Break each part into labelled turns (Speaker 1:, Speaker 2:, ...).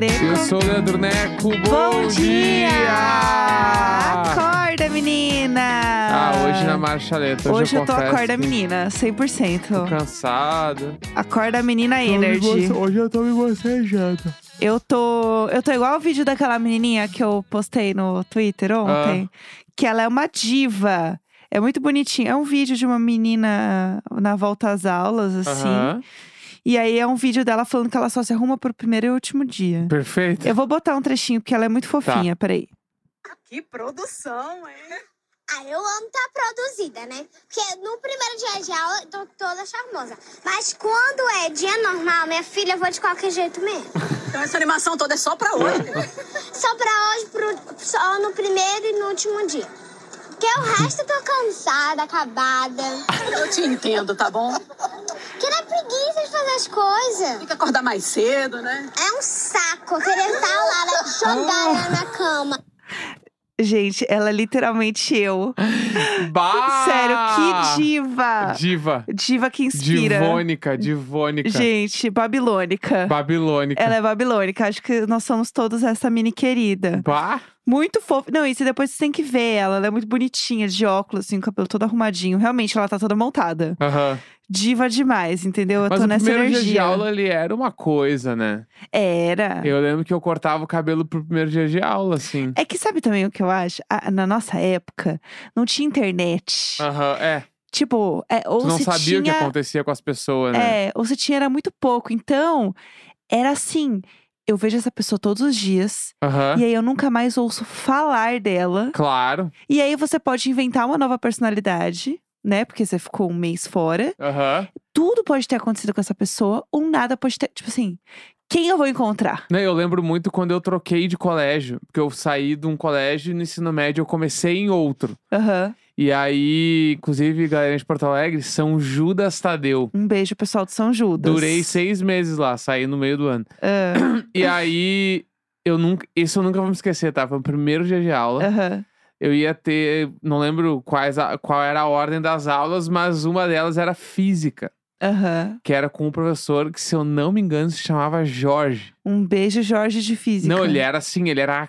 Speaker 1: é
Speaker 2: sou o Leandro Neco. Bom,
Speaker 1: Bom dia!
Speaker 2: dia!
Speaker 1: Acorda, menina!
Speaker 2: Ah, hoje na marcha letra.
Speaker 1: Hoje
Speaker 2: eu,
Speaker 1: eu tô
Speaker 2: confesso
Speaker 1: acorda,
Speaker 2: que
Speaker 1: menina,
Speaker 2: Tô
Speaker 1: 100%.
Speaker 2: cansado.
Speaker 1: Acorda, menina energy.
Speaker 2: Hoje eu tô me bocejando.
Speaker 1: Eu tô, eu tô igual o vídeo daquela menininha que eu postei no Twitter
Speaker 2: Ah.
Speaker 1: ontem, que ela é uma diva. É muito bonitinho. É um vídeo de uma menina na volta às aulas, assim.
Speaker 2: Aham.
Speaker 1: E aí é um vídeo dela falando que ela só se arruma pro primeiro e último dia.
Speaker 2: Perfeito.
Speaker 1: Eu vou botar um trechinho, porque ela é
Speaker 2: Tá.
Speaker 1: muito fofinha, peraí.
Speaker 3: Que produção, hein?
Speaker 4: Ah, eu amo estar produzida, né? Porque no primeiro dia de aula eu tô toda charmosa. Mas quando é dia normal, minha filha, eu vou de qualquer jeito mesmo.
Speaker 3: Então essa animação toda é só pra hoje.
Speaker 4: Só pra hoje, pro- só no primeiro e no último dia. Porque o resto eu tô cansada, acabada.
Speaker 3: Eu te entendo, tá bom?
Speaker 4: Que dá preguiça de fazer as coisas.
Speaker 3: Tem que acordar mais cedo, né?
Speaker 4: É um saco querer estar lá, né? jogar na cama.
Speaker 1: Gente, ela é literalmente eu.
Speaker 2: Bah!
Speaker 1: Sério, que diva!
Speaker 2: Diva.
Speaker 1: Diva que inspira.
Speaker 2: Divônica, divônica.
Speaker 1: Gente, babilônica.
Speaker 2: Babilônica.
Speaker 1: Ela é babilônica. Acho que nós somos todos essa mini querida.
Speaker 2: Bah!
Speaker 1: Muito fofa. Não, isso depois você tem que ver ela. Ela é muito bonitinha, de óculos, assim, o cabelo todo arrumadinho. Realmente, ela tá toda montada.
Speaker 2: Aham.
Speaker 1: Diva demais, entendeu? Eu
Speaker 2: Mas
Speaker 1: tô
Speaker 2: o
Speaker 1: nessa
Speaker 2: primeiro
Speaker 1: energia. É.
Speaker 2: dia de aula, ele era uma coisa, né?
Speaker 1: Era.
Speaker 2: Eu lembro que eu cortava o cabelo pro primeiro dia de aula, assim.
Speaker 1: É que sabe também o que eu acho? Ah, na nossa época, não tinha internet.
Speaker 2: Aham, é.
Speaker 1: Tipo, é, ou
Speaker 2: Tu não
Speaker 1: se
Speaker 2: sabia
Speaker 1: tinha.
Speaker 2: o que acontecia com as pessoas, né?
Speaker 1: É, ou se tinha era muito pouco. Então, era assim. Eu vejo essa pessoa todos os dias.
Speaker 2: Aham.
Speaker 1: É. E aí eu nunca mais ouço falar dela.
Speaker 2: Claro.
Speaker 1: E aí você pode inventar uma nova personalidade, né? Porque você ficou um mês fora.
Speaker 2: Aham.
Speaker 1: Tudo pode ter acontecido com essa pessoa, ou nada pode ter. Tipo assim, quem eu vou encontrar?
Speaker 2: Né, Eu lembro muito quando eu troquei de colégio. Porque eu saí de um colégio e no ensino médio eu comecei em outro.
Speaker 1: Aham.
Speaker 2: E aí, inclusive, galera de Porto Alegre, São Judas Tadeu.
Speaker 1: Um beijo, pessoal de São Judas.
Speaker 2: Durei seis meses lá, saí no meio do ano.
Speaker 1: Ah,
Speaker 2: E aí, eu nunca. Isso eu nunca vou me esquecer, tá? Foi o primeiro dia de aula.
Speaker 1: Aham.
Speaker 2: Eu ia ter. Não lembro quais a- qual era a ordem das aulas, mas uma delas era física.
Speaker 1: Aham.
Speaker 2: que era com um professor que, se eu não me engano, se chamava Jorge.
Speaker 1: Um beijo, Jorge de Física.
Speaker 2: Não, ele era assim, ele era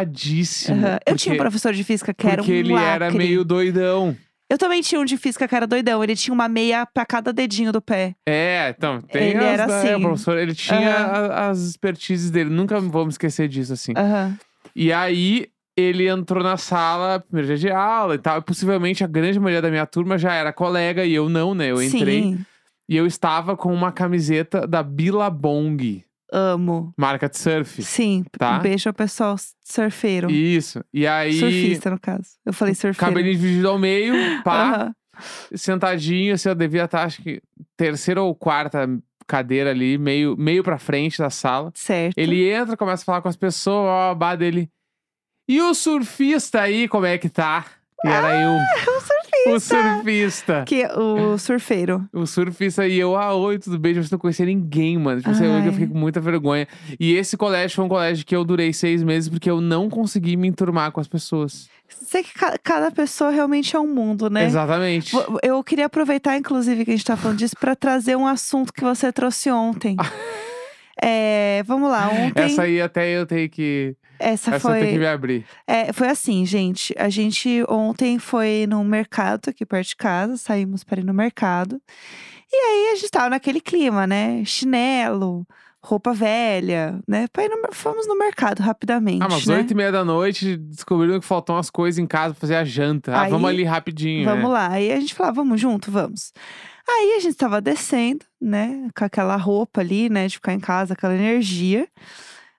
Speaker 2: aclamadíssimo.
Speaker 1: Aham. Eu tinha um
Speaker 2: porque-
Speaker 1: professor de física que era um
Speaker 2: Porque ele era
Speaker 1: lacre.
Speaker 2: meio doidão.
Speaker 1: Eu também tinha um de física que era doidão. Ele tinha uma meia pra cada dedinho do pé.
Speaker 2: É, então, tem
Speaker 1: Ele
Speaker 2: as,
Speaker 1: era
Speaker 2: da- é, o
Speaker 1: assim.
Speaker 2: professor, ele tinha
Speaker 1: Aham. Ah.
Speaker 2: a- as expertises dele, nunca vou me esquecer disso, assim.
Speaker 1: Aham.
Speaker 2: E aí, ele entrou na sala, primeiro dia de aula e tal, e possivelmente a grande maioria da minha turma já era colega, e eu não, né, eu entrei.
Speaker 1: Sim,
Speaker 2: E eu estava com uma camiseta da Billabong,
Speaker 1: amo.
Speaker 2: marca de surf.
Speaker 1: Sim,
Speaker 2: Tá?
Speaker 1: um beijo ao pessoal surfeiro.
Speaker 2: Isso, e aí...
Speaker 1: Surfista, no caso. Eu falei surfeiro.
Speaker 2: Cabelinho dividido ao meio, pá,
Speaker 1: Aham.
Speaker 2: sentadinho, assim, eu devia estar, acho que, terceira ou quarta cadeira ali, meio, meio pra frente da sala.
Speaker 1: Certo.
Speaker 2: Ele entra, começa a falar com as pessoas, ó, babá dele. E o surfista aí, como é que tá? E era eu,
Speaker 1: é um surfista.
Speaker 2: o surfista.
Speaker 1: Que, o surfeiro.
Speaker 2: O surfista e eu, ah, oi, tudo bem? Tipo, não conhecia ninguém, mano. Tipo, assim, eu-
Speaker 1: Ai.
Speaker 2: eu fiquei com muita vergonha. E esse colégio foi um colégio que eu durei seis meses porque eu não consegui me enturmar com as pessoas.
Speaker 1: Sei que ca- cada pessoa realmente é um mundo, né?
Speaker 2: Exatamente.
Speaker 1: Vo- Eu queria aproveitar, inclusive, que a gente tá falando disso, pra trazer um assunto que você trouxe ontem. É, vamos lá, ontem.
Speaker 2: Ah. Essa aí até eu tenho que.
Speaker 1: essa
Speaker 2: Essa
Speaker 1: foi.
Speaker 2: tem que me abrir.
Speaker 1: É, foi assim, gente. A gente ontem foi num mercado aqui perto de casa, saímos para ir no mercado. E aí a gente tava naquele clima, né? Chinelo, roupa velha, né? Pra ir no mer- Fomos no mercado rapidamente.
Speaker 2: Ah, mas
Speaker 1: né?
Speaker 2: oito e meia da noite descobriram que faltam umas coisas em casa pra fazer a janta. Ah,
Speaker 1: Aí-
Speaker 2: vamos ali rapidinho.
Speaker 1: Vamos
Speaker 2: né?
Speaker 1: lá. Aí a gente falou, ah, vamos junto, vamos. Aí a gente tava descendo, né? Com aquela roupa ali, né? De ficar em casa, aquela energia.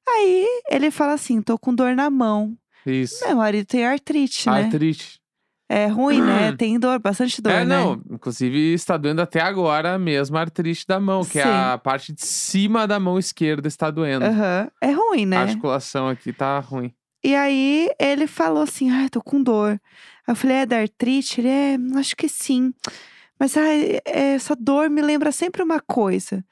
Speaker 1: Aí ele fala assim: tô com dor na mão.
Speaker 2: Isso. Ah,
Speaker 1: Meu marido tem artrite, É, né?
Speaker 2: Artrite.
Speaker 1: É ruim, né? Tem dor, bastante dor.
Speaker 2: é,
Speaker 1: né?
Speaker 2: não. Inclusive, está doendo até agora mesmo a artrite da mão, que é a parte de cima da mão esquerda está doendo.
Speaker 1: Aham. É ruim, né?
Speaker 2: A articulação aqui tá ruim.
Speaker 1: E aí ele falou assim: ai, tô com dor. Aí eu falei: é da artrite? Ele é, acho que sim. Mas ai, é, essa dor me lembra sempre uma coisa.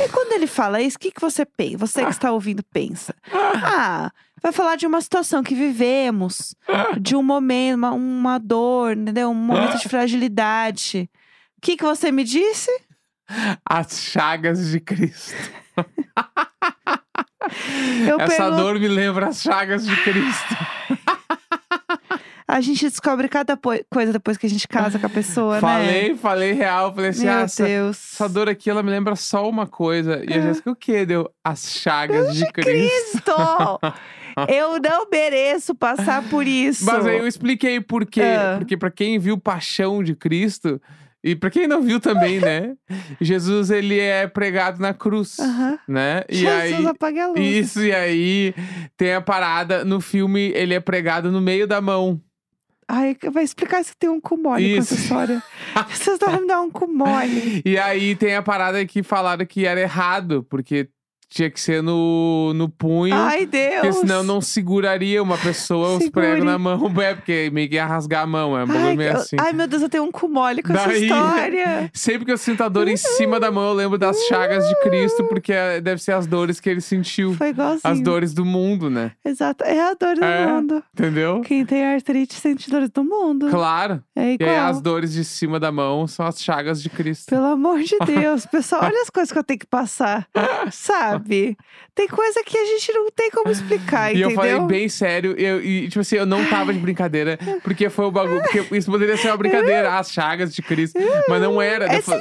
Speaker 1: E quando ele fala isso, o que, que você pensa? Você que está ouvindo, pensa. Ah, vai falar de uma situação que vivemos, de um momento, uma, uma dor, entendeu? Um momento de fragilidade. O que, que você me disse?
Speaker 2: As chagas de Cristo.
Speaker 1: Eu
Speaker 2: Essa
Speaker 1: pergunto-
Speaker 2: dor me lembra as chagas de Cristo.
Speaker 1: A gente descobre cada po- coisa depois que a gente casa com a pessoa, né?
Speaker 2: falei, falei real. Falei assim,
Speaker 1: Meu
Speaker 2: ah, essa,
Speaker 1: Deus.
Speaker 2: essa dor aqui, ela me lembra só uma coisa. E a
Speaker 1: É.
Speaker 2: Jéssica, o que deu? As chagas de Cristo.
Speaker 1: Cristo! Eu não mereço passar por isso.
Speaker 2: Mas aí eu expliquei por quê.
Speaker 1: Ah.
Speaker 2: Porque pra quem viu Paixão de Cristo, e pra quem não viu também, né? Jesus, ele é pregado na cruz,
Speaker 1: Aham.
Speaker 2: né? E
Speaker 1: Ah. Jesus,
Speaker 2: aí...
Speaker 1: apague a luz.
Speaker 2: Isso, e aí tem a parada, no filme ele é pregado no meio da mão.
Speaker 1: Ai, vai explicar se tem um cu mole com essa
Speaker 2: Isso.
Speaker 1: história. Vocês vão me dar um cu mole.
Speaker 2: E aí tem a parada que falaram que era errado, porque tinha que ser no, no punho.
Speaker 1: Ai,
Speaker 2: Porque
Speaker 1: Deus.
Speaker 2: senão não seguraria uma pessoa os
Speaker 1: Segure.
Speaker 2: pregos na mão, é, porque meio que ia rasgar a mão, é um
Speaker 1: Ai,
Speaker 2: bagulho meio
Speaker 1: eu-
Speaker 2: assim.
Speaker 1: ai, meu Deus, eu tenho um cu mole com essa
Speaker 2: Daí-
Speaker 1: história.
Speaker 2: Sempre que eu sinto a dor em cima da mão, eu lembro das chagas de Cristo, porque é- deve ser as dores que ele sentiu.
Speaker 1: Foi igualzinho.
Speaker 2: As dores do mundo, né?
Speaker 1: Exato. É a dor do
Speaker 2: É.
Speaker 1: mundo.
Speaker 2: Entendeu?
Speaker 1: Quem tem artrite sente dores do mundo.
Speaker 2: Claro.
Speaker 1: É
Speaker 2: E
Speaker 1: igual.
Speaker 2: aí as dores de cima da mão são as chagas de Cristo.
Speaker 1: Pelo amor de Deus, pessoal, olha as coisas que eu tenho que passar, sabe? Tem coisa que a gente não tem como explicar,
Speaker 2: E
Speaker 1: Então, entendeu?
Speaker 2: eu falei bem sério, eu, e tipo assim, eu não tava de brincadeira, porque foi o bagulho. Porque isso poderia ser uma brincadeira, as chagas de Cristo, mas não era.
Speaker 1: É
Speaker 2: Eu fa-
Speaker 1: 100%!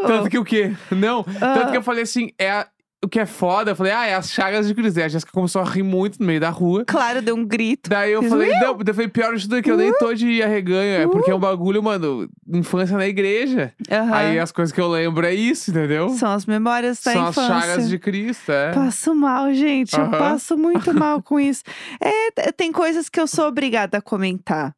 Speaker 2: né, Tanto que o quê? Não. Tanto
Speaker 1: Ah.
Speaker 2: que eu falei assim, é a- o que é foda, eu falei, ah, é as chagas de Cristo. E a Jéssica começou a rir muito no meio da rua.
Speaker 1: Claro, deu um grito.
Speaker 2: Daí eu
Speaker 1: Fiz,
Speaker 2: falei, não, daí foi pior de tudo é que eu nem tô de arreganho, é
Speaker 1: Uh.
Speaker 2: porque é um bagulho, mano, infância na igreja.
Speaker 1: Aham.
Speaker 2: Aí as coisas que eu lembro é isso, entendeu?
Speaker 1: São as memórias da
Speaker 2: São
Speaker 1: infância.
Speaker 2: as chagas de Cristo, é.
Speaker 1: Passo mal, gente. Eu
Speaker 2: Aham.
Speaker 1: passo muito mal com isso. É, t- tem coisas que eu sou obrigada a comentar.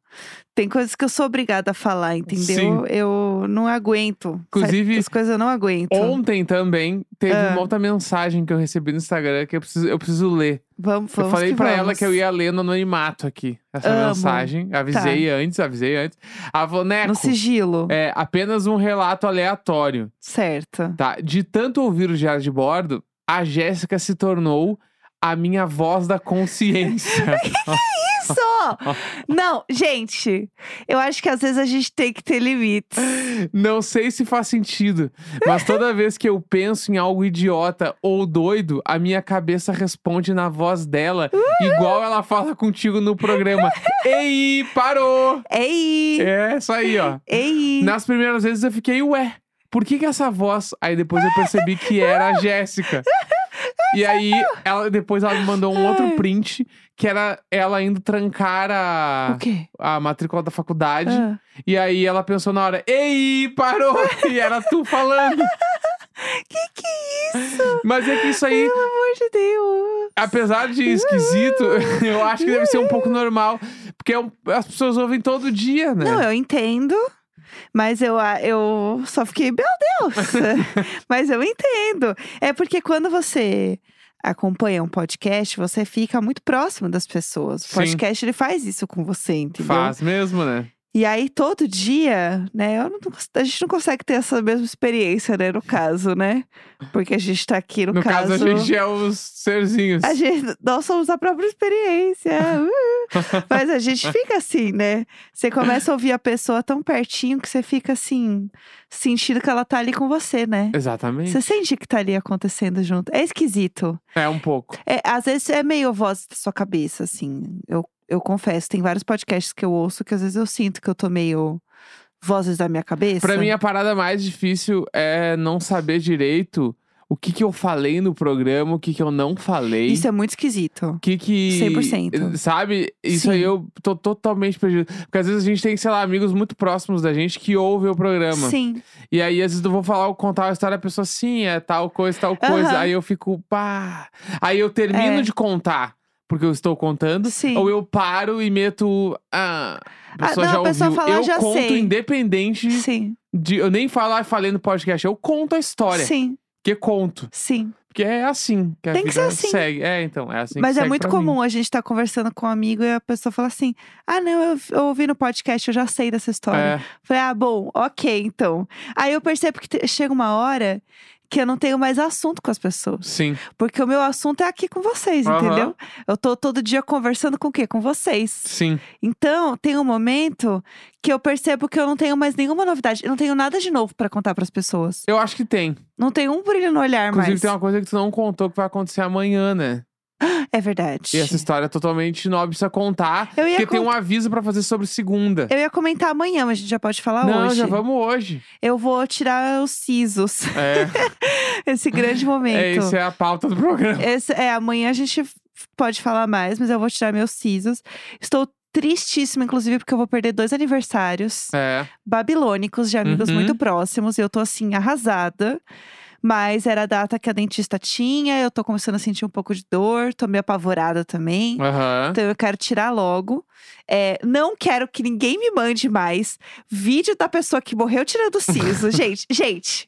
Speaker 1: Tem coisas que eu sou obrigada a falar, entendeu? Eu não aguento.
Speaker 2: Inclusive,
Speaker 1: As coisas eu não aguento.
Speaker 2: Ontem também teve
Speaker 1: Ah.
Speaker 2: uma outra mensagem que eu recebi no Instagram que eu preciso, eu preciso ler.
Speaker 1: Vamos, vamos.
Speaker 2: eu falei
Speaker 1: que
Speaker 2: pra
Speaker 1: vamos.
Speaker 2: ela que eu ia ler no anonimato aqui essa
Speaker 1: Amo. Tá.
Speaker 2: mensagem. Avisei antes, avisei antes. Ela falou, Neco,
Speaker 1: No sigilo.
Speaker 2: é apenas um relato aleatório,
Speaker 1: Certo.
Speaker 2: tá? De tanto ouvir o Diário de Bordo, a Jéssica se tornou a minha voz da consciência.
Speaker 1: Isso! não, gente, eu acho que às vezes a gente tem que ter limites.
Speaker 2: Não sei se faz sentido, mas toda vez que eu penso em algo idiota ou doido, a minha cabeça responde na voz dela, igual ela fala contigo no programa. Ei, parou!
Speaker 1: Ei!
Speaker 2: É isso aí, ó.
Speaker 1: Ei!
Speaker 2: Nas primeiras vezes eu fiquei, ué, por que, que essa voz? Aí depois eu percebi que era a Jéssica. E aí, ela, depois ela me mandou um outro
Speaker 1: Ai.
Speaker 2: print que era ela indo trancar a,
Speaker 1: O quê?
Speaker 2: a matrícula da faculdade.
Speaker 1: Ah.
Speaker 2: E aí ela pensou na hora, ei, parou! E era tu falando.
Speaker 1: Que que é isso?
Speaker 2: Mas é que isso aí,
Speaker 1: Pelo amor de Deus!
Speaker 2: apesar de esquisito, eu acho que deve ser um pouco normal. Porque é um- as pessoas ouvem todo dia, né?
Speaker 1: Não, é, eu entendo. Mas eu, a- eu só fiquei, meu Deus! mas eu entendo. É porque quando você acompanha um podcast, você fica muito próximo das pessoas. O
Speaker 2: Sim.
Speaker 1: podcast, ele faz isso com você, entendeu?
Speaker 2: Faz mesmo, né?
Speaker 1: E aí, todo dia, né? eu não- a gente não consegue ter essa mesma experiência, né? No caso, né? Porque a gente tá aqui, no,
Speaker 2: No, caso, a gente é os serzinhos.
Speaker 1: a gente- nós somos a própria experiência. uh. Mas a gente fica assim, né? Você começa a ouvir a pessoa tão pertinho que você fica assim, sentindo que ela tá ali com você, né?
Speaker 2: Exatamente.
Speaker 1: Você sente que tá ali acontecendo junto. É esquisito.
Speaker 2: É um pouco.
Speaker 1: É, às vezes é meio voz da sua cabeça, assim. Eu, eu confesso, tem vários podcasts que eu ouço que às vezes eu sinto que eu tô meio vozes da minha cabeça.
Speaker 2: Pra mim, é a parada mais difícil é não saber direito o que, que eu falei no programa, o que, que eu não falei.
Speaker 1: Isso é muito esquisito.
Speaker 2: O que que.
Speaker 1: 100%.
Speaker 2: Sabe? Isso
Speaker 1: Sim.
Speaker 2: aí eu tô totalmente perdido. Porque às vezes a gente tem, sei lá, amigos muito próximos da gente que ouvem o programa.
Speaker 1: Sim.
Speaker 2: E aí, às vezes, eu vou falar, eu contar uma história, a pessoa, sim, é tal coisa, tal coisa.
Speaker 1: Aham.
Speaker 2: Aí eu fico, pá. Aí eu termino
Speaker 1: É.
Speaker 2: de contar, porque eu estou contando.
Speaker 1: Sim.
Speaker 2: Ou eu paro e meto. Ah, a
Speaker 1: Ah,
Speaker 2: pessoa
Speaker 1: não,
Speaker 2: já
Speaker 1: a pessoa
Speaker 2: ouviu.
Speaker 1: fala,
Speaker 2: eu
Speaker 1: já
Speaker 2: conto
Speaker 1: sei.
Speaker 2: independente
Speaker 1: Sim.
Speaker 2: de. Eu nem falo, ah, falei no podcast. Eu conto a história.
Speaker 1: Sim.
Speaker 2: Que conto.
Speaker 1: Sim.
Speaker 2: Porque é assim que a
Speaker 1: Tem que
Speaker 2: vida
Speaker 1: ser assim.
Speaker 2: segue. É, então, é assim que
Speaker 1: Mas é
Speaker 2: segue
Speaker 1: muito
Speaker 2: pra mim.
Speaker 1: comum a gente estar conversando com um amigo e a pessoa fala assim: Ah, não, eu, eu ouvi no podcast, eu já sei dessa história.
Speaker 2: É.
Speaker 1: Falei, ah, bom, ok, então. Aí eu percebo que te- chega uma hora que eu não tenho mais assunto com as pessoas.
Speaker 2: Sim.
Speaker 1: Porque o meu assunto é aqui com vocês,
Speaker 2: Aham.
Speaker 1: entendeu? Eu tô todo dia conversando com o quê? Com vocês.
Speaker 2: Sim.
Speaker 1: Então, tem um momento que eu percebo que eu não tenho mais nenhuma novidade. Eu não tenho nada de novo pra contar pras pessoas.
Speaker 2: Eu acho que tem.
Speaker 1: Não tenho um brilho no olhar
Speaker 2: Inclusive,
Speaker 1: mais.
Speaker 2: tem uma coisa que tu não contou que vai acontecer amanhã, né?
Speaker 1: É verdade.
Speaker 2: E essa história é totalmente não precisa contar.
Speaker 1: Eu ia
Speaker 2: porque tem
Speaker 1: con-
Speaker 2: um aviso pra fazer sobre segunda.
Speaker 1: Eu ia comentar amanhã, mas a gente já pode falar
Speaker 2: não,
Speaker 1: hoje.
Speaker 2: já vamos hoje.
Speaker 1: Eu vou tirar os sisos.
Speaker 2: É,
Speaker 1: Esse grande momento.
Speaker 2: é, isso é a pauta do programa.
Speaker 1: Esse- é, amanhã a gente f- pode falar mais, mas eu vou tirar meus sisos. Estou tristíssima, inclusive, porque eu vou perder dois aniversários
Speaker 2: É.
Speaker 1: babilônicos de amigos
Speaker 2: Uhum.
Speaker 1: muito próximos. E eu tô assim, arrasada. Mas era a data que a dentista tinha, eu tô começando a sentir um pouco de dor, tô meio apavorada também.
Speaker 2: Aham.
Speaker 1: Então eu quero tirar logo. É, não quero que ninguém me mande mais vídeo da pessoa que morreu tirando siso. gente, gente,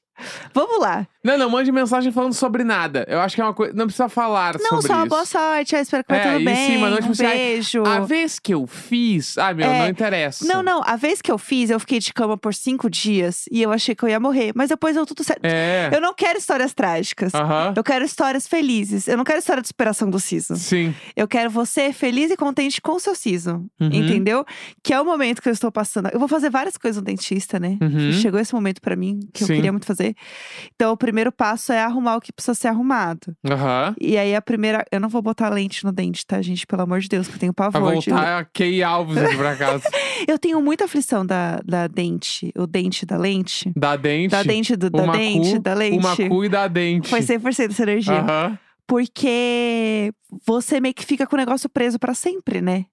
Speaker 1: vamos lá.
Speaker 2: Não, não, mande mensagem falando sobre nada. Eu acho que é uma coisa. Não precisa falar
Speaker 1: Não,
Speaker 2: É sobre
Speaker 1: só
Speaker 2: isso.
Speaker 1: boa sorte. ah, espero que vai
Speaker 2: É,
Speaker 1: tudo
Speaker 2: e
Speaker 1: bem.
Speaker 2: sim, mas não, tipo
Speaker 1: um
Speaker 2: assim, ai,
Speaker 1: beijo.
Speaker 2: A vez que eu fiz. Ah, meu,
Speaker 1: É.
Speaker 2: não interessa.
Speaker 1: Não, não. A vez que eu fiz, eu fiquei de cama por cinco dias e eu achei que eu ia morrer. Mas depois deu tudo certo.
Speaker 2: É.
Speaker 1: Eu não quero histórias trágicas.
Speaker 2: Aham.
Speaker 1: Eu quero histórias felizes. Eu não quero história de superação do siso.
Speaker 2: Sim.
Speaker 1: Eu quero você feliz e contente com o seu siso.
Speaker 2: Uhum.
Speaker 1: Entendeu? Que é o momento que eu estou passando. Eu vou fazer várias coisas no dentista, né?
Speaker 2: Uhum.
Speaker 1: Chegou esse momento pra mim que
Speaker 2: Sim.
Speaker 1: eu queria muito fazer. Então, o primeiro passo é arrumar o que precisa ser arrumado.
Speaker 2: Aham.
Speaker 1: E aí, a primeira. Eu não vou botar lente no dente, tá, gente? Pelo amor de Deus, que eu tenho
Speaker 2: Pra
Speaker 1: pavor. de-
Speaker 2: voltar a Key Alves aqui pra casa.
Speaker 1: Eu tenho muita aflição da, da dente, o dente da lente.
Speaker 2: Da dente.
Speaker 1: Da dente, do, da
Speaker 2: uma
Speaker 1: dente,
Speaker 2: cu,
Speaker 1: da lente.
Speaker 2: Uma cu e da dente.
Speaker 1: Foi 100% essa energia.
Speaker 2: Aham.
Speaker 1: Porque você meio que fica com o negócio preso pra sempre, né?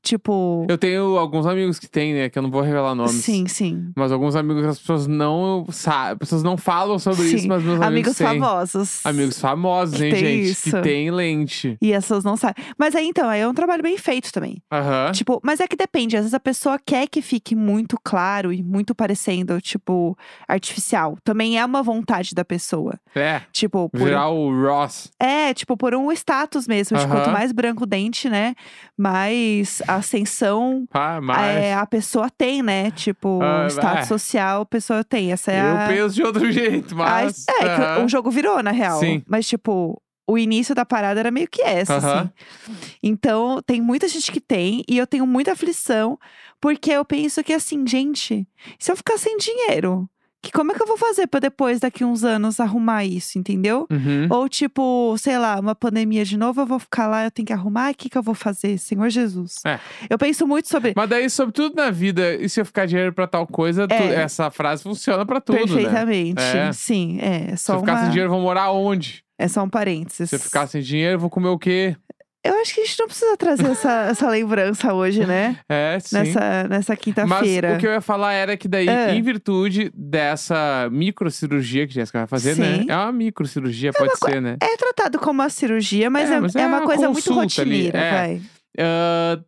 Speaker 1: Tipo.
Speaker 2: Eu tenho alguns amigos que tem, né? Que eu não vou revelar nomes.
Speaker 1: Sim, sim.
Speaker 2: Mas alguns amigos as pessoas não sabem. As pessoas não falam sobre
Speaker 1: Sim.
Speaker 2: isso, mas meus amigos.
Speaker 1: Amigos
Speaker 2: têm.
Speaker 1: famosos.
Speaker 2: Amigos famosos,
Speaker 1: Que
Speaker 2: hein,
Speaker 1: tem
Speaker 2: gente? Que
Speaker 1: isso.
Speaker 2: tem lente.
Speaker 1: E essas não sabem. Mas aí então, aí é um trabalho bem feito também.
Speaker 2: Aham.
Speaker 1: Tipo, mas é que depende. Às vezes a pessoa quer que fique muito claro e muito parecendo, tipo, artificial. Também é uma vontade da pessoa.
Speaker 2: É.
Speaker 1: Tipo, por
Speaker 2: Virar o Ross.
Speaker 1: É, tipo, por um status mesmo. De quanto
Speaker 2: Aham.
Speaker 1: mais branco o dente, né? Mais ascensão
Speaker 2: Ah, mas.
Speaker 1: é, a pessoa tem, né? Tipo,
Speaker 2: Ah,
Speaker 1: status
Speaker 2: é.
Speaker 1: social a pessoa tem. Essa é a.
Speaker 2: Eu penso de outro jeito,
Speaker 1: a-
Speaker 2: mas.
Speaker 1: é, que
Speaker 2: aham.
Speaker 1: o jogo virou, na real.
Speaker 2: Sim.
Speaker 1: Mas, tipo, o início da parada era meio que essa,
Speaker 2: Aham.
Speaker 1: assim. Então, tem muita gente que tem, e eu tenho muita aflição, porque eu penso que, assim, gente, se eu ficar sem dinheiro, que como é que eu vou fazer pra depois, daqui uns anos, arrumar isso, entendeu?
Speaker 2: Uhum.
Speaker 1: Ou tipo, sei lá, uma pandemia de novo, eu vou ficar lá, eu tenho que arrumar, o que, que eu vou fazer? Senhor Jesus.
Speaker 2: É.
Speaker 1: Eu penso muito sobre.
Speaker 2: Mas daí, sobretudo na vida, e se eu ficar dinheiro pra tal coisa, tu-
Speaker 1: É.
Speaker 2: essa frase funciona pra tudo, né?
Speaker 1: Perfeitamente.
Speaker 2: É.
Speaker 1: Sim, é. é
Speaker 2: Se
Speaker 1: Só
Speaker 2: eu ficar
Speaker 1: uma...
Speaker 2: sem dinheiro, eu vou morar onde?
Speaker 1: É só um parênteses.
Speaker 2: Se eu ficar sem dinheiro, eu vou comer o quê?
Speaker 1: Eu acho que a gente não precisa trazer essa, essa lembrança hoje, né?
Speaker 2: É, sim.
Speaker 1: Nessa, nessa
Speaker 2: Mas
Speaker 1: quinta-feira.
Speaker 2: o que eu ia falar era que daí,
Speaker 1: Ah.
Speaker 2: em virtude dessa microcirurgia que a Jéssica vai fazer, né?
Speaker 1: Sim.
Speaker 2: É uma microcirurgia, pode
Speaker 1: uma co-
Speaker 2: ser, né?
Speaker 1: É tratado como uma cirurgia, mas
Speaker 2: É,
Speaker 1: é,
Speaker 2: mas
Speaker 1: é
Speaker 2: é
Speaker 1: uma
Speaker 2: uma
Speaker 1: coisa muito
Speaker 2: consulta ali,
Speaker 1: rotineira,
Speaker 2: é.
Speaker 1: vai.
Speaker 2: Ah,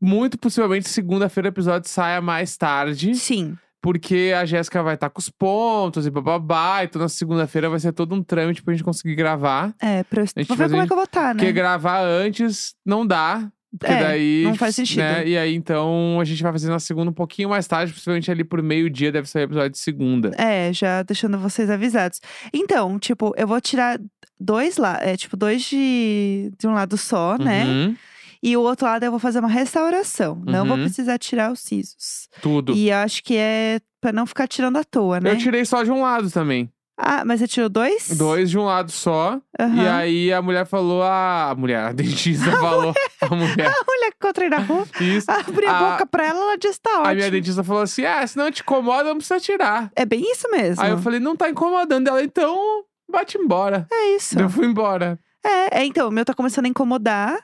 Speaker 2: muito possivelmente, segunda-feira, o episódio saia mais tarde.
Speaker 1: Sim.
Speaker 2: Porque a Jéssica vai estar com os pontos e bababá. Então na segunda-feira vai ser todo um trâmite pra gente conseguir gravar.
Speaker 1: É, pra eu...
Speaker 2: gente
Speaker 1: Vou ver
Speaker 2: fazer-
Speaker 1: como é que eu vou estar,
Speaker 2: Porque
Speaker 1: né?
Speaker 2: gravar antes não dá. Porque
Speaker 1: É,
Speaker 2: daí.
Speaker 1: não faz sentido.
Speaker 2: né, E aí, então, a gente vai fazer na segunda um pouquinho mais tarde, possivelmente ali por meio-dia deve sair o episódio de segunda.
Speaker 1: É, já deixando vocês avisados. Então, tipo, eu vou tirar dois lá, é tipo dois de, de um lado só, né?
Speaker 2: Uhum,
Speaker 1: E o outro lado eu vou fazer uma restauração. Não vou
Speaker 2: Uhum.
Speaker 1: precisar tirar os sisos.
Speaker 2: Tudo.
Speaker 1: E eu acho que é pra não ficar tirando à toa, né?
Speaker 2: Eu tirei só de um lado também.
Speaker 1: Ah, mas você tirou dois?
Speaker 2: Dois de um lado só.
Speaker 1: Aham.
Speaker 2: E aí a mulher falou, a, a mulher, a dentista falou, a mulher,
Speaker 1: A mulher que encontrei na rua,
Speaker 2: isso.
Speaker 1: abri a,
Speaker 2: A-
Speaker 1: boca pra ela, ela disse tá ótimo.
Speaker 2: A minha dentista falou assim: ah, se não te incomoda, não precisa tirar.
Speaker 1: É bem isso mesmo.
Speaker 2: Aí eu falei, não tá incomodando ela, então bate embora.
Speaker 1: É isso.
Speaker 2: Eu fui embora.
Speaker 1: É, é, então, o meu tá começando a incomodar.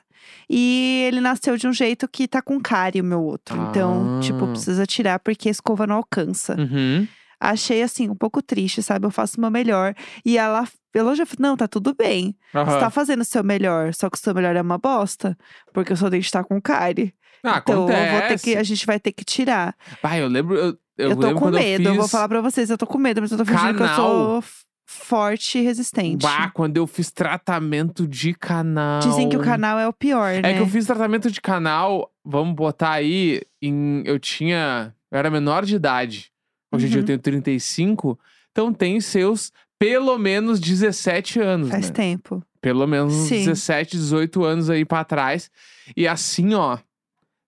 Speaker 1: E ele nasceu de um jeito que tá com cárie o meu outro. Então,
Speaker 2: Ah.
Speaker 1: tipo, precisa tirar porque a escova não alcança.
Speaker 2: Uhum.
Speaker 1: Achei, assim, um pouco triste, sabe? Eu faço o meu melhor. E ela, ela já falou, não, tá tudo bem. Você
Speaker 2: Aham.
Speaker 1: tá fazendo o seu melhor, só que o seu melhor é uma bosta. Porque o seu dente tá com cárie.
Speaker 2: Ah,
Speaker 1: então,
Speaker 2: acontece.
Speaker 1: eu vou ter que, a gente vai ter que tirar.
Speaker 2: Pai, eu lembro. Eu, eu
Speaker 1: Eu, tô
Speaker 2: lembro
Speaker 1: com
Speaker 2: quando
Speaker 1: medo,
Speaker 2: eu
Speaker 1: eu,
Speaker 2: fiz.
Speaker 1: vou falar pra vocês, eu tô com medo. Mas eu tô fingindo que eu
Speaker 2: Canal.
Speaker 1: sou f- forte e resistente.
Speaker 2: Bah, quando eu fiz tratamento de canal.
Speaker 1: Dizem que o canal é o pior, né?
Speaker 2: É que eu fiz tratamento de canal, vamos botar aí, em, eu tinha. Eu era menor de idade. Hoje em dia eu
Speaker 1: Uhum.
Speaker 2: tenho 35. Então tem seus pelo menos 17 anos.
Speaker 1: Faz
Speaker 2: né?
Speaker 1: tempo.
Speaker 2: Pelo menos uns
Speaker 1: Sim.
Speaker 2: 17, 18 anos aí pra trás. E assim, ó,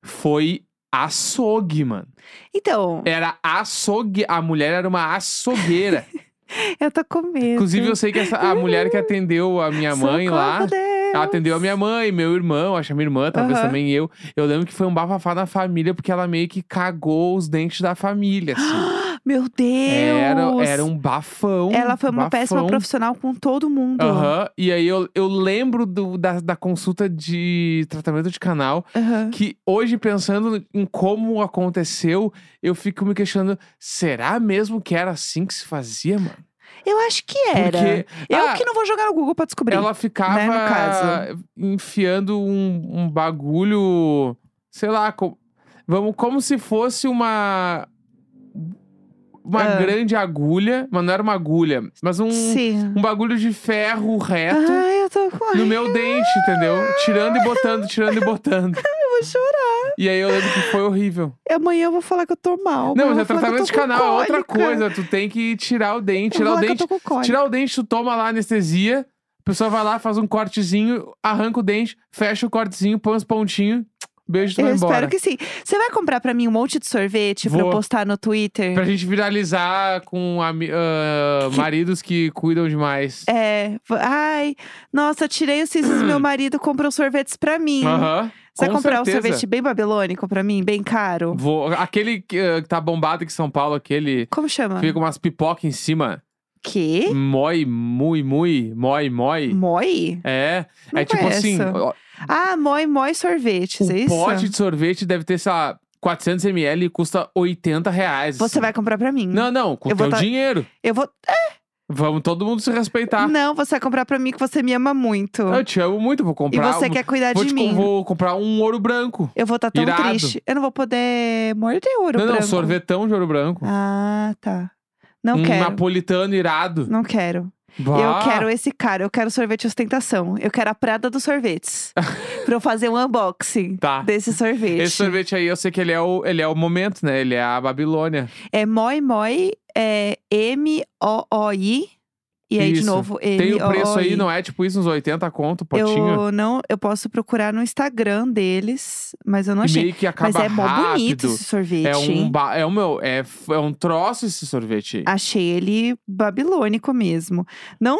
Speaker 2: foi açougue, mano.
Speaker 1: Então,
Speaker 2: Era açougue. A mulher era uma açougueira.
Speaker 1: eu tô com medo.
Speaker 2: É. Inclusive, eu sei que essa, a mulher que atendeu a minha mãe lá.
Speaker 1: Uhum. Socorro, Deus.
Speaker 2: Ela atendeu a minha mãe, meu irmão, acho que a minha irmã, talvez
Speaker 1: Aham.
Speaker 2: também eu. Eu lembro que foi um bafafá na família, porque ela meio que cagou os dentes da família, assim.
Speaker 1: Meu Ah, Deus!
Speaker 2: Era, era um bafão.
Speaker 1: Ela foi uma péssima
Speaker 2: bafão.
Speaker 1: profissional com todo mundo.
Speaker 2: Aham, e aí eu, eu lembro do- da, da consulta de tratamento de canal,
Speaker 1: Aham.
Speaker 2: que hoje, pensando em como aconteceu, eu fico me questionando: será mesmo que era assim que se fazia, mano?
Speaker 1: Eu acho que era.
Speaker 2: Porque
Speaker 1: Eu
Speaker 2: ah,
Speaker 1: que não vou jogar no Google pra descobrir.
Speaker 2: ela ficava
Speaker 1: né, caso.
Speaker 2: enfiando um, um bagulho, sei lá, co- vamos, como se fosse uma. Uma
Speaker 1: Ah.
Speaker 2: grande agulha, mas não era uma agulha, mas um,
Speaker 1: Sim. Ah,
Speaker 2: um bagulho de ferro reto
Speaker 1: Ai, eu tô com.
Speaker 2: no meu dente, entendeu? Tirando e botando, tirando e botando.
Speaker 1: Eu vou chorar.
Speaker 2: E aí eu lembro que foi horrível.
Speaker 1: Amanhã eu vou falar que eu tô mal. amanhã
Speaker 2: Não,
Speaker 1: eu
Speaker 2: mas é
Speaker 1: vou falar que eu
Speaker 2: tratamento
Speaker 1: tô
Speaker 2: de
Speaker 1: com
Speaker 2: canal, é outra
Speaker 1: cólica.
Speaker 2: coisa. Tu tem que tirar o
Speaker 1: Eu vou
Speaker 2: dente, tirar o
Speaker 1: falar que
Speaker 2: dente.
Speaker 1: eu tô com cólica.
Speaker 2: Tirar o dente, tu toma lá anestesia. A pessoa vai lá, faz um cortezinho, arranca o dente, fecha o cortezinho, põe os pontinhos. Beijo, tu
Speaker 1: Eu
Speaker 2: vai embora.
Speaker 1: espero que sim. Você vai comprar pra mim um monte de sorvete pra eu
Speaker 2: Vou.
Speaker 1: postar no Twitter?
Speaker 2: Pra gente viralizar com ami- ah, maridos que cuidam demais.
Speaker 1: É. v- Ai, nossa, tirei os cisnes do meu marido, comprou sorvetes pra mim.
Speaker 2: Aham.
Speaker 1: Você vai
Speaker 2: com
Speaker 1: comprar
Speaker 2: certeza.
Speaker 1: um sorvete bem babilônico pra mim, bem caro?
Speaker 2: Vou, aquele que ah, que tá bombado aqui em São Paulo, aquele.
Speaker 1: Como chama?
Speaker 2: Fica umas pipoca em cima.
Speaker 1: Que?
Speaker 2: Moi, mui, mui, moi, moi.
Speaker 1: Moi?
Speaker 2: É.
Speaker 1: Hum. Não
Speaker 2: é tipo
Speaker 1: conheço.
Speaker 2: assim, ó,
Speaker 1: Ah, moi, moi sorvetes,
Speaker 2: o
Speaker 1: é isso?
Speaker 2: pote de sorvete deve ter, sei lá, 400ml e custa 80 reais.
Speaker 1: Você vai comprar pra mim.
Speaker 2: Não, não, com
Speaker 1: Eu
Speaker 2: o
Speaker 1: vou
Speaker 2: teu
Speaker 1: tá-
Speaker 2: dinheiro.
Speaker 1: Eu vou.
Speaker 2: Vamos todo mundo se respeitar.
Speaker 1: Não, você vai comprar pra mim que você me ama muito.
Speaker 2: Tá. Eu te amo muito, vou
Speaker 1: E
Speaker 2: comprar.
Speaker 1: você
Speaker 2: um-
Speaker 1: quer cuidar
Speaker 2: vou
Speaker 1: de
Speaker 2: te
Speaker 1: mim.
Speaker 2: com- Vou comprar um ouro branco.
Speaker 1: Eu vou estar tão
Speaker 2: Irado.
Speaker 1: triste. Eu não vou poder morder ouro
Speaker 2: não,
Speaker 1: branco.
Speaker 2: não, sorvetão de ouro branco.
Speaker 1: Ah, tá. Não
Speaker 2: um
Speaker 1: quero.
Speaker 2: napolitano irado.
Speaker 1: Não quero.
Speaker 2: Bah,
Speaker 1: Eu quero esse cara. Eu quero sorvete ostentação. Eu quero a Prada dos sorvetes. pra eu fazer um unboxing
Speaker 2: Tá.
Speaker 1: desse sorvete.
Speaker 2: Esse sorvete aí, eu sei que ele é o, ele é o momento, né? Ele é a Babilônia.
Speaker 1: É moi moi, é M-O-O-I. E aí, de
Speaker 2: Isso.
Speaker 1: novo, M-O-O-I.
Speaker 2: Tem o preço aí, não é tipo isso, uns 80 conto, potinho.
Speaker 1: Eu não, eu posso procurar no Instagram deles, mas eu não
Speaker 2: e
Speaker 1: achei.
Speaker 2: meio que acaba
Speaker 1: Mas é mó bonito
Speaker 2: rápido.
Speaker 1: esse sorvete.
Speaker 2: É um,
Speaker 1: hein? Ah,
Speaker 2: ba- é, um meu, é, f- é um troço esse sorvete. aí.
Speaker 1: Achei ele babilônico mesmo. Não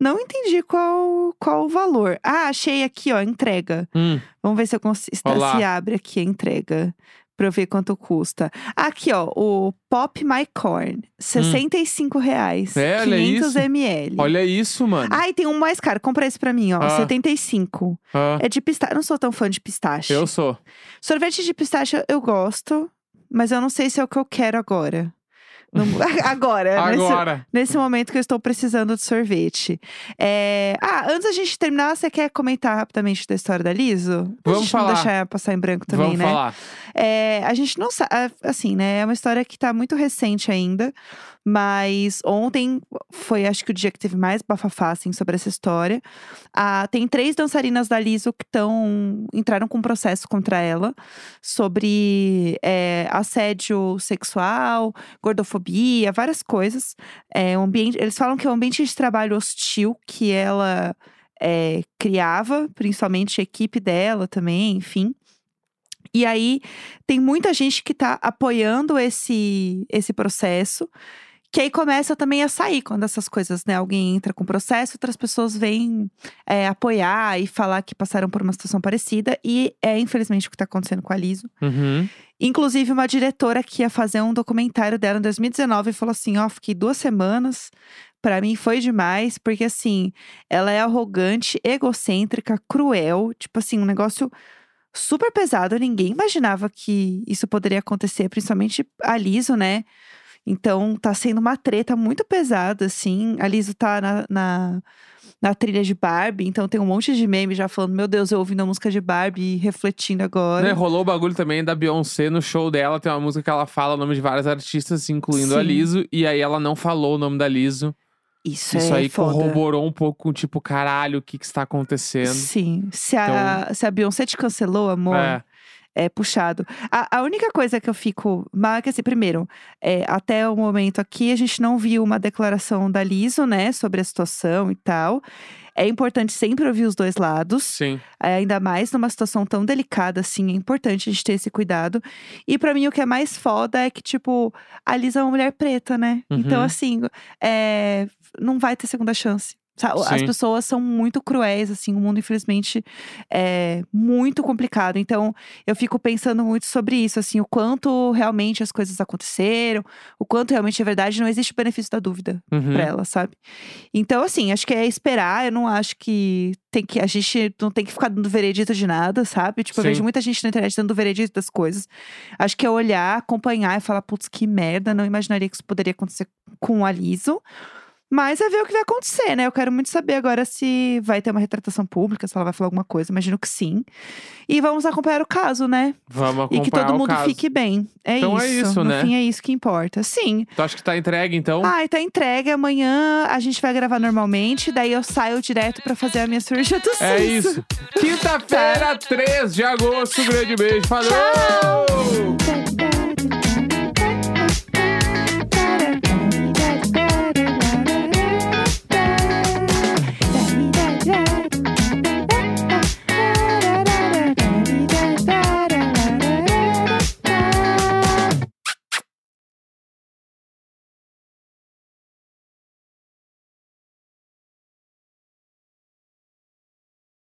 Speaker 1: não entendi qual, qual o valor. Ah, achei aqui, ó, entrega.
Speaker 2: Hum,
Speaker 1: Vamos ver se eu consigo.
Speaker 2: Olá.
Speaker 1: Se abre aqui a entrega. Pra eu ver quanto custa. Aqui, ó, o Pop My Corn. R$ 65 reais.
Speaker 2: Hum. É, olha
Speaker 1: 500
Speaker 2: isso.
Speaker 1: ml.
Speaker 2: olha isso, mano.
Speaker 1: Ah, e tem um mais caro. Compra esse pra mim, ó.
Speaker 2: Ah.
Speaker 1: 75.
Speaker 2: Ah,
Speaker 1: É de pistache. Eu não sou tão fã de pistache.
Speaker 2: eu sou.
Speaker 1: Sorvete de pistache eu- eu gosto, mas eu não sei se é o que eu quero agora. Não- agora, né, Nesse,
Speaker 2: Agora.
Speaker 1: nesse momento que eu estou precisando de sorvete. É, Ah, antes da gente terminar, você quer comentar rapidamente da história da Liso? Pra
Speaker 2: Vamos
Speaker 1: gente
Speaker 2: falar.
Speaker 1: não deixar passar em branco também,
Speaker 2: Vamos
Speaker 1: né?
Speaker 2: falar.
Speaker 1: É, a gente não sabe, assim, né? É uma história que tá muito recente ainda, mas ontem foi, acho que o dia que teve mais bafafá, assim, sobre essa história. Ah, tem três dançarinas da Liso que estão entraram com um processo contra ela sobre é, assédio sexual, gordofobia, várias coisas. É, o ambiente, eles falam que é um ambiente de trabalho hostil que ela é, criava, principalmente a equipe dela também, enfim. E aí tem muita gente que tá apoiando esse, esse processo. Que aí começa também a sair quando essas coisas, né? Alguém entra com processo, outras pessoas vêm é, apoiar e falar que passaram por uma situação parecida. E é infelizmente o que tá acontecendo com a Liso.
Speaker 2: Uhum.
Speaker 1: Inclusive, uma diretora que ia fazer um documentário dela em 2019 falou assim: ó, fiquei duas semanas. Pra mim foi demais, porque assim, ela é arrogante, egocêntrica, cruel, tipo assim, um negócio super pesado. Ninguém imaginava que isso poderia acontecer, principalmente a Liso, né? Então tá sendo uma treta muito pesada, assim. A Liso tá na, na, na trilha de Barbie, então tem um monte de meme já falando: meu Deus, eu ouvindo a música de Barbie e refletindo agora.
Speaker 2: Né, rolou o bagulho também da Beyoncé no show dela. Tem uma música que ela fala o nome de vários artistas, incluindo a
Speaker 1: Sim.
Speaker 2: Liso. E aí ela não falou o nome da Liso.
Speaker 1: Isso,
Speaker 2: Isso
Speaker 1: é
Speaker 2: aí
Speaker 1: foda.
Speaker 2: corroborou um pouco com, tipo, caralho, o que que está acontecendo.
Speaker 1: Sim. Se a, se a Beyoncé te cancelou, amor, é,
Speaker 2: É.
Speaker 1: puxado. A, a única coisa que eu fico. Mas, que assim, primeiro, é, até o momento aqui, a gente não viu uma declaração da Liso, né, sobre a situação e tal. É importante sempre ouvir os dois lados,
Speaker 2: Sim.
Speaker 1: é, ainda mais numa situação tão delicada assim. É importante a gente ter esse cuidado. E pra mim, o que é mais foda é que, tipo, a Liz é uma mulher preta, né? Então,
Speaker 2: Uhum.
Speaker 1: assim, é, não vai ter segunda chance. Sa- As
Speaker 2: Sim.
Speaker 1: pessoas são muito cruéis, assim, o mundo, infelizmente, é muito complicado. Então, eu fico pensando muito sobre isso, assim, o quanto realmente as coisas aconteceram, o quanto realmente é verdade, não existe o benefício da dúvida
Speaker 2: Uhum.
Speaker 1: pra ela, sabe? Então, assim, acho que é esperar. Eu não acho que tem que. A gente não tem que ficar dando veredito de nada, sabe? Tipo, eu
Speaker 2: Sim.
Speaker 1: vejo muita gente na internet dando veredito das coisas. Acho que é olhar, acompanhar e falar, putz, que merda, não imaginaria que isso poderia acontecer com o Aliso. Mas é ver o que vai acontecer, né? Eu quero muito saber agora se vai ter uma retratação pública, se ela vai falar alguma coisa. Imagino que sim. E vamos acompanhar o caso, né? E
Speaker 2: Vamos acompanhar
Speaker 1: que todo
Speaker 2: o
Speaker 1: mundo
Speaker 2: caso.
Speaker 1: fique bem. É
Speaker 2: Então
Speaker 1: isso.
Speaker 2: é isso,
Speaker 1: no
Speaker 2: né?
Speaker 1: fim, é isso que importa. Sim.
Speaker 2: Tu acha que tá entregue, então?
Speaker 1: Ah, tá entregue. Amanhã a gente vai gravar normalmente. Daí eu saio direto pra fazer a minha cirurgia do
Speaker 2: é
Speaker 1: siso.
Speaker 2: isso. Quinta-feira, 3 de agosto. Um grande beijo. Falou!
Speaker 1: Tchau,